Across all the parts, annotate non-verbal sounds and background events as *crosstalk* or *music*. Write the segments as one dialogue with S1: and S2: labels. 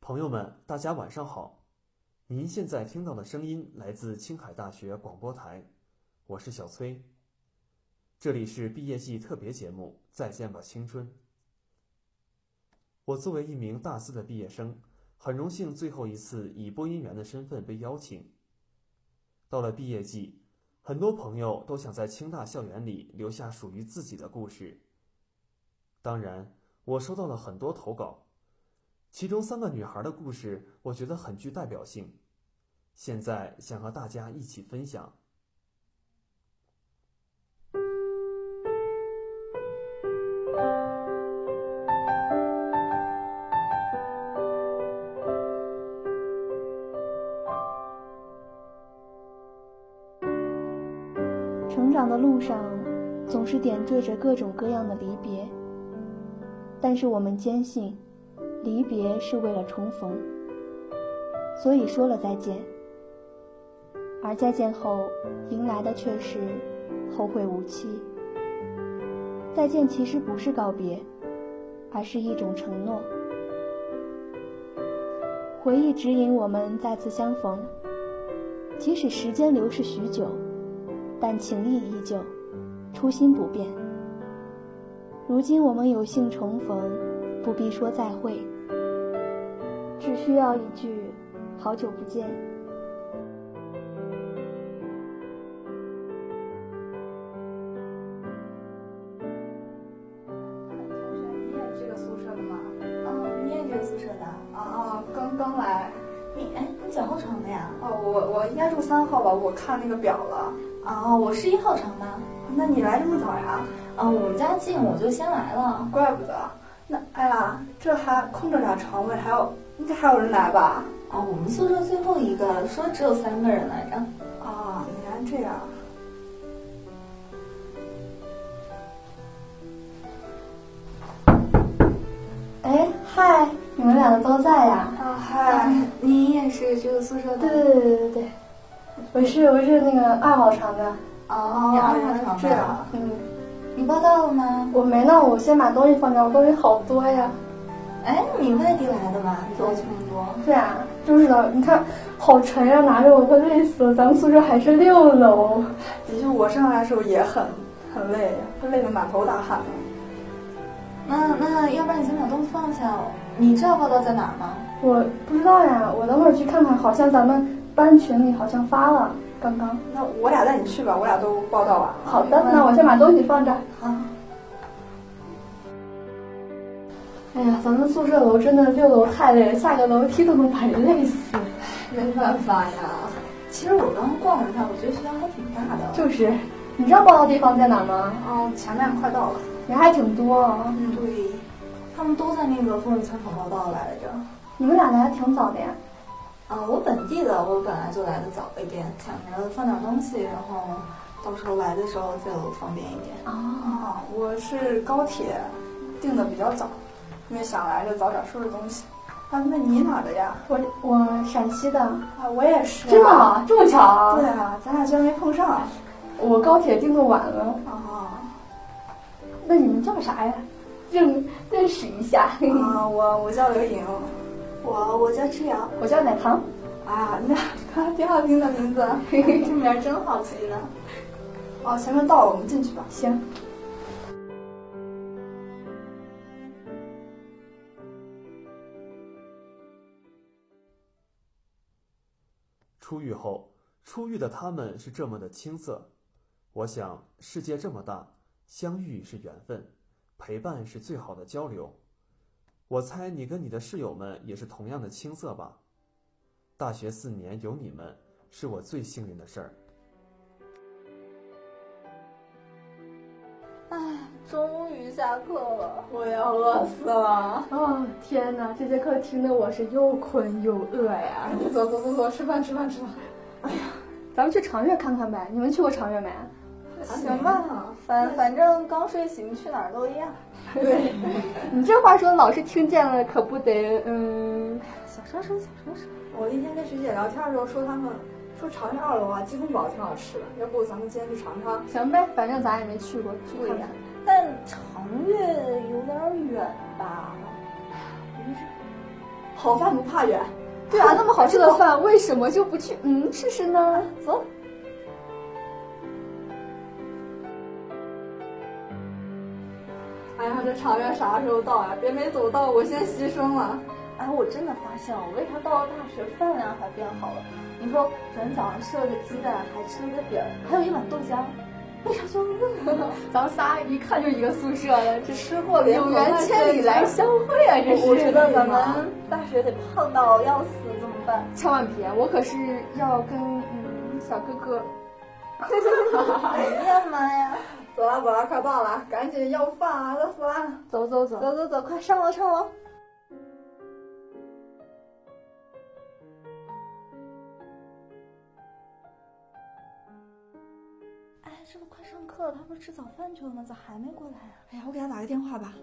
S1: 朋友们，大家晚上好！您现在听到的声音来自青海大学广播台，我是小崔。这里是毕业季特别节目《再见吧青春》。我作为一名大四的毕业生，很荣幸最后一次以播音员的身份被邀请。到了毕业季，很多朋友都想在清大校园里留下属于自己的故事。当然，我收到了很多投稿。其中三个女孩的故事，我觉得很具代表性，现在想和大家一起分享。
S2: 成长的路上，总是点缀着各种各样的离别，但是我们坚信。离别是为了重逢，所以说了再见。而再见后，迎来的却是后会无期。再见其实不是告别，而是一种承诺。回忆指引我们再次相逢，即使时间流逝许久，但情谊依旧，初心不变。如今我们有幸重逢，不必说再会。只需要一句“好久不见”。
S3: 同学，你也这个宿舍的吗？
S4: 哦，你也这个宿舍的？
S3: 啊啊，刚刚来。
S4: 你哎，你几号床的呀？
S3: 哦，我我应该住三号吧，我看那个表了。
S4: 哦，我是一号床的。
S3: 那你来这么早呀？
S4: 啊、哦，我们家近，我就先来了。
S3: 怪不得。那哎呀，这还空着俩床位，还有应该还有人来吧？
S4: 啊、哦，我们宿舍最后一个，说只有三个人来着。
S3: 啊、哦，原来这样。
S2: 哎，嗨，你们两个都在呀、
S3: 啊？啊，嗨，
S4: 哎
S3: 你也是这个宿舍的？
S2: 对对对对对，我是我是那个二号床的。
S3: 哦，
S4: 你二号床
S3: 这样，
S2: 嗯，
S4: 你报到了吗？
S2: 我没呢，我先把东西放掉，我东西好多呀。
S4: 哎，你外地来的吧？东西这么多？
S2: 对啊，就是的。你看，好沉呀、啊，拿着我快累死了。咱们宿舍还是六楼。
S3: 的确，我上来的时候也很很累，累得满头大汗。
S4: 那那要不然你先把东西放下。你知道报道在哪儿吗？
S2: 我不知道呀，我等会儿去看看。好像咱们班群里好像发了，刚刚。
S3: 那我俩带你去吧，我俩都报道完了。
S2: 好的，那我先把东西放这儿。
S4: 好。
S2: 哎呀，咱们宿舍楼真的六楼太累了，下个楼梯都能把人累死。
S3: 没办法呀。
S4: 其实我刚刚逛了一下，我觉得学校还挺大的。
S2: 就是，你知道报道地方在哪吗？
S3: 哦，前面快到了。
S2: 人还挺多哦。
S4: 嗯，对，他们都在那个丰润参考报道来着。
S2: 你们俩来的挺早的呀。
S4: 啊、呃，我本地的，我本来就来的早一点，想着放点东西，然后到时候来的时候再方便一点。
S3: 哦，我是高铁订的比较早，因为想来就早点收拾东西。啊，那你哪的呀？
S2: 我我陕西的。
S3: 啊，我也是。
S2: 真的、啊？这么巧、啊？
S3: 对啊，咱俩居然没碰上。
S2: 我高铁订的晚了。
S3: 啊。
S2: 那你们叫啥呀？认认识一下。
S4: 嗯
S3: 啊，我我叫刘颖，我我叫池瑶，
S2: *laughs* 我叫奶糖。
S3: 啊，那挺好听的名字，这名真好起呢。哦，前面到了，我们进去吧。
S2: 行。
S1: 出狱后，出狱的他们是这么的青涩。我想，世界这么大。相遇是缘分，陪伴是最好的交流。我猜你跟你的室友们也是同样的青涩吧？大学四年有你们，是我最幸运的事儿。
S4: 唉，终于下课了，
S3: 我要饿死了！
S2: 哦，天哪，这节课听得我是又困又饿呀！
S3: 走走走走，吃饭吃饭吃饭！
S2: 哎呀，咱们去长月看看呗。你们去过长月没？啊
S3: 啊
S4: 行吧，反反正刚睡醒，去哪儿都
S2: *laughs*
S4: 一样。
S3: 对，
S2: 你这话说，老师听见了可不得嗯。
S4: 小声声，小声声。
S3: 我那天跟学姐聊天的时候说，他们说长沙二楼啊鸡公煲挺好吃的，要不咱们今天去尝尝？
S2: 行呗，反正咱也没去过，
S4: 去看看。但长月有点远吧？不是，
S3: 好饭不怕远。
S5: 对啊，那么好吃的饭，为什么就不去嗯试试呢？
S3: 哎走。
S6: 哎呀，这长远啥时候到啊？别没走到，我先牺牲了。
S3: 哎，我真的发现，我为啥到了大学饭量还变好了？你说咱早上吃了个鸡蛋，还吃了个饼儿，还有一碗豆浆，为啥啊就饿 *laughs* 了？
S5: 咱们仨一看就一个宿舍的，这
S6: 吃过
S5: 有缘千里来相会啊！这是
S3: 我觉得咱们大学得胖到要死，怎么办？
S5: 千万别，我可是要跟嗯小哥哥。
S6: *laughs*
S3: 哎呀妈呀！
S6: 走啊啦走啦，快到了，赶紧要饭啊，饿死啦！
S5: 走走走，
S3: 走走走，快上楼上楼！哎，这不快上课了，他不是吃早饭去了吗？咋还没过来啊？
S6: 哎呀，我给他打个电话吧。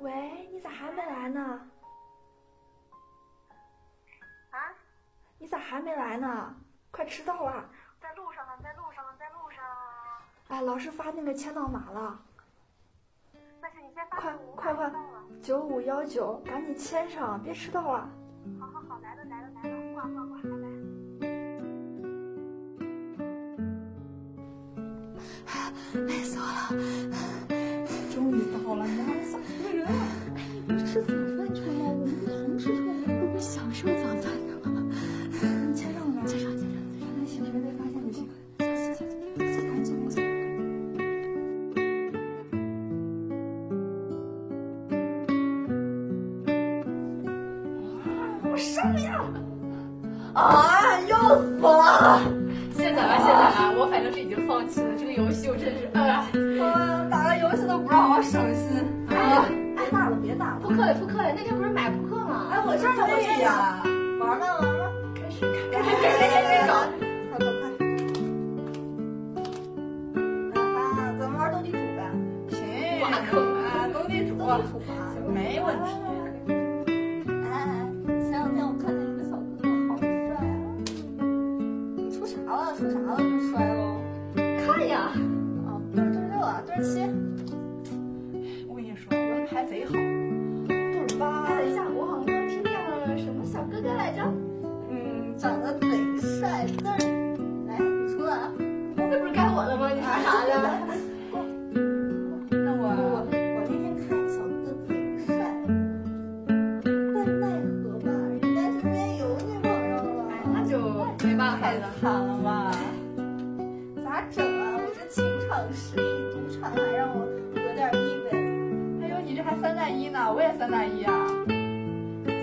S7: 喂，你咋还没来呢？
S8: 啊，
S7: 你咋还没来呢？快迟到了！
S8: 在路上呢，在路上呢，在路上。
S7: 哎，老师发那个签到码了，
S8: 那是你先发
S7: 快
S8: 我
S7: 快快
S8: 到了。
S7: 九五幺九，赶紧签上，别迟到啊了。
S8: 好好好，来了来了来了，挂挂挂，拜拜。
S7: 累死我了！
S6: 终于到了，妈呀，吓死人啊了！
S7: 不是哎吃早饭去了吗？我们同事说我们不会享受早饭的 *laughs* 吗？
S6: 你签上了吗？
S7: 上签上，
S6: 那行，别被发现就行。
S7: 赶紧赶紧！
S3: 啊，要死了！
S4: 现在吧，现在吧，我反正是已经放弃了这个游戏，我真是哎，
S3: 我打个游戏都不让我省心。
S4: 哎
S3: 别打了，别打了！
S4: 扑克扑克，那天不是买扑克吗？
S3: 哎，我这儿有我这儿有，
S6: 呀，
S3: 玩吧玩吧，
S4: 赶紧赶紧赶紧找！
S3: 快快快！啊，咱们玩斗地主呗。
S6: 行，啊，斗地主，
S3: 主吧。
S6: 没问题。
S3: 哎，前两天我看见一个小哥哥，好帅啊！你出啥了？出啥了？这帅喽！
S4: 看呀，
S3: 啊，多少多少啊？多少七？
S6: 我跟你说，我的牌贼好，对吧？
S4: 等一下，我好像刚听见了什么小哥哥来着？
S3: 嗯，长得贼帅，多少？来，你出啊！
S4: 那不是该我了吗？你说啥呢？
S6: 那
S3: 我
S6: 我
S3: 我那天看小哥哥贼帅，但奈何吧，人家这边有女朋友了。
S4: 哎那就没办法
S3: 太
S4: 了。
S3: 惨了吧？咋整啊？我这情场失意，赌场还让我得点意呗。
S6: 还哎有你这还三带一呢，我也三带一啊，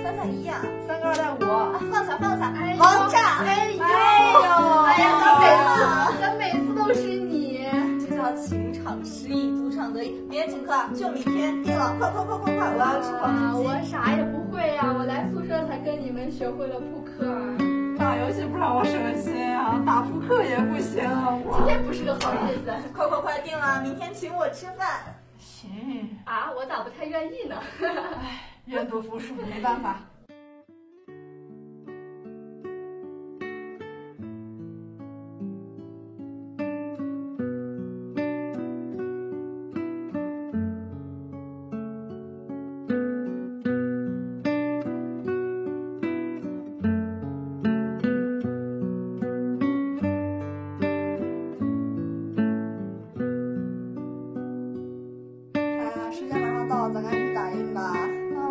S3: 三打一啊！
S6: 三个二带五。
S3: 啊，放下放下，王炸！
S4: 哎呦，
S3: 哎呦，
S4: 哎呀，咱
S3: 别
S4: 每
S3: 了，
S4: 次咱每次都是你。
S3: 这叫情场失意，赌场得意。别请客，就你天地了！快快快快快，我要吃
S4: 啊，
S3: 黄
S4: 我
S3: 鸡。
S4: 啥也不会呀、我来宿舍才跟你们学会了啊扑克。
S6: 打游戏不让我省心啊，打扑克也不行啊，
S4: 今
S6: 我。
S4: 天不是个好日子
S3: 快快快定了，明天请我吃饭。
S6: 行，
S4: 啊，我咋不太愿意呢？
S6: 愿赌服输，没办法。
S3: 哎呀，时间马上到了，咱赶紧去打印吧。啊，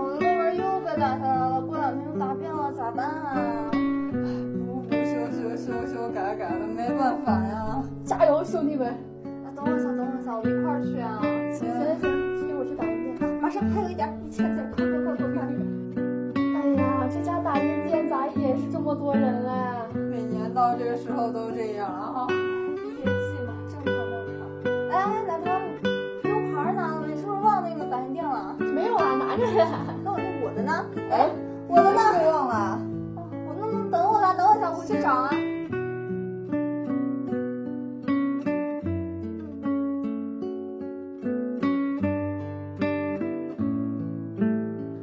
S3: 我的论文又被打下来了，过两天就答辩了，咋办啊？
S6: 不不修修修修改改的，没办法呀。
S4: 加油，兄弟们！
S3: 啊，等我一下，等我一下，我们一块儿去啊。
S6: 行
S5: 行了行了，继续我去打印店。
S3: 马上还有一
S4: 哎
S3: 点，你欠揍，快快快快快！
S5: 哎呀，这家打印店咋也是这么多人嘞？
S6: 每年到这个时候都这样啊。
S3: 别记嘛，正好正好。哎，奶头，你用牌拿了吗？你是不是忘那个打印店了？
S5: 没有啊，拿着
S4: 哎
S5: 嘞。
S3: 那我那我的呢？哎，我的呢？忘了。啊，我那能等我啦，等我一下，我去找啊。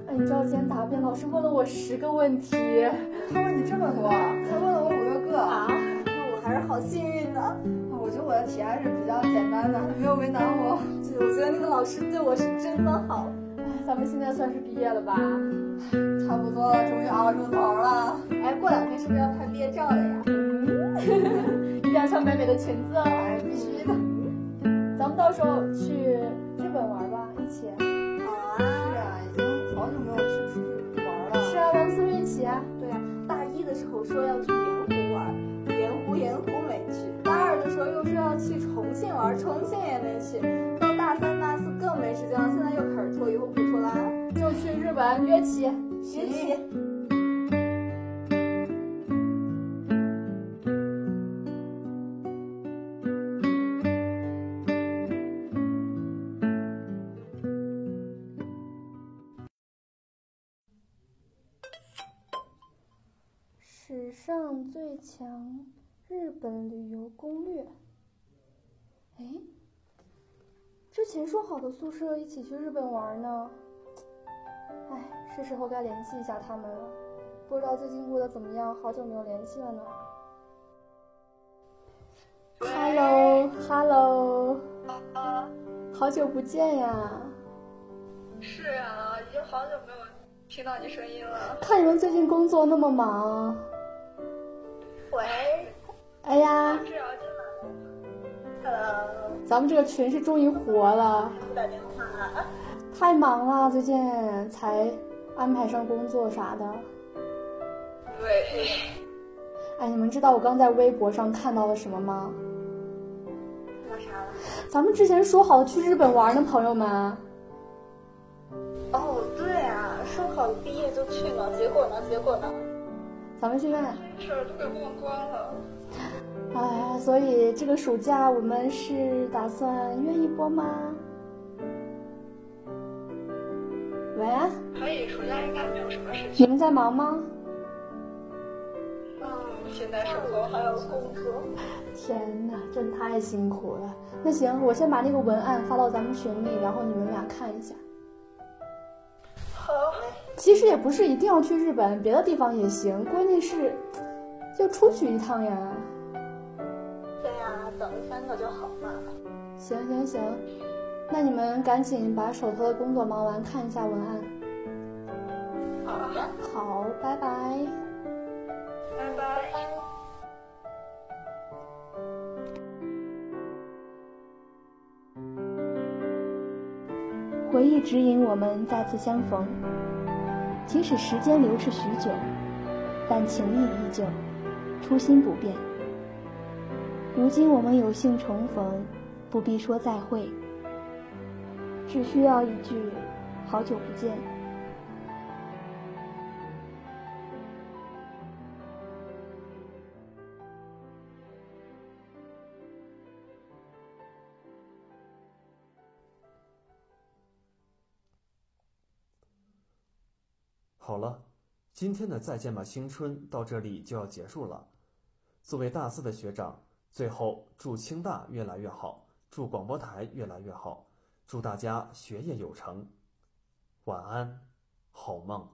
S5: 哎，你知道今天答
S4: 啊
S5: 辩老师问了我十个问题
S3: 啊
S6: 他问你这么多，他问了我五六个。
S5: 啊？
S3: 那我还是好幸运的。
S6: 我
S3: 我觉得我的题还是比较简单的，没有为难我。
S4: 就我觉得那个老师对我是真的好。哎，咱们现在算是毕业了吧？
S3: 差不多了，终于熬出头了。
S4: 哎，过两天是不是要拍毕业照了呀？一定要穿美美的裙子哦。哎，必须的。咱们到时候去日本玩吧，一起。
S3: 好啊，是啊，已经好久没有去出去玩了。
S4: 是啊，咱们四个一起啊。对呀、大一的时候说要去盐湖玩，盐湖盐湖没去；大二的时候又说要去重庆玩，重庆也没去；到大三大四更没时间了，现在又开始拖，以后不拖拉，就去日本约起，约起。
S2: 史上最强日本旅游攻略。哎，之前说好的宿舍一起去日本玩呢。哎，是时候该联系一下他们了。不知道最近过得怎么样，好久没有联系了呢。Hello，Hello，
S3: 啊，
S2: 好久不见呀！
S3: 是啊，已经好久没有听到你声音了。
S2: 看你们最近工作那么忙，
S3: 喂，
S2: 哎呀，
S3: 治疗进来了。呃，
S2: 咱们这个群是终于活了。
S3: 不打电话。
S2: 太忙了，最近才安排上工作啥的。
S3: 对，
S2: 哎，你们知道我刚在微博上看到了什么吗？
S3: 那啥了？
S2: 咱们之前说好去日本玩呢，朋友们。啊
S3: 哦，对啊，说好毕业就去呢，结果呢？结果呢？
S2: 咱们现在，
S3: 事儿都给忘光了。
S2: 哎，所以这个暑假我们是打算约一波吗？喂，
S3: 可以，暑假应该没有什么事情。
S2: 你们在忙吗？
S3: 嗯，现在生活还有工作。
S2: 天哪，真太辛苦了。那行，我先把那个文案发到咱们群里，然后你们俩看一下。
S3: 好，
S2: 其实也不是一定要去日本，别的地方也行，关键是就出去一趟呀。
S3: 对呀、咱们三个就好嘛。
S2: 行行行，那你们赶紧把手头的工作忙完，看一下文案。
S3: 好的，
S2: 好，拜拜。
S3: 拜拜。
S2: 回忆指引我们再次相逢，即使时间流逝许久，但情谊依旧，初心不变。如今我们有幸重逢，不必说再会，只需要一句“好久不见”。
S1: 好了，今天的《再见吧青春》到这里就要结束了。作为大四的学长，最后祝清大越来越好，祝广播台越来越好，祝大家学业有成。晚安，好梦。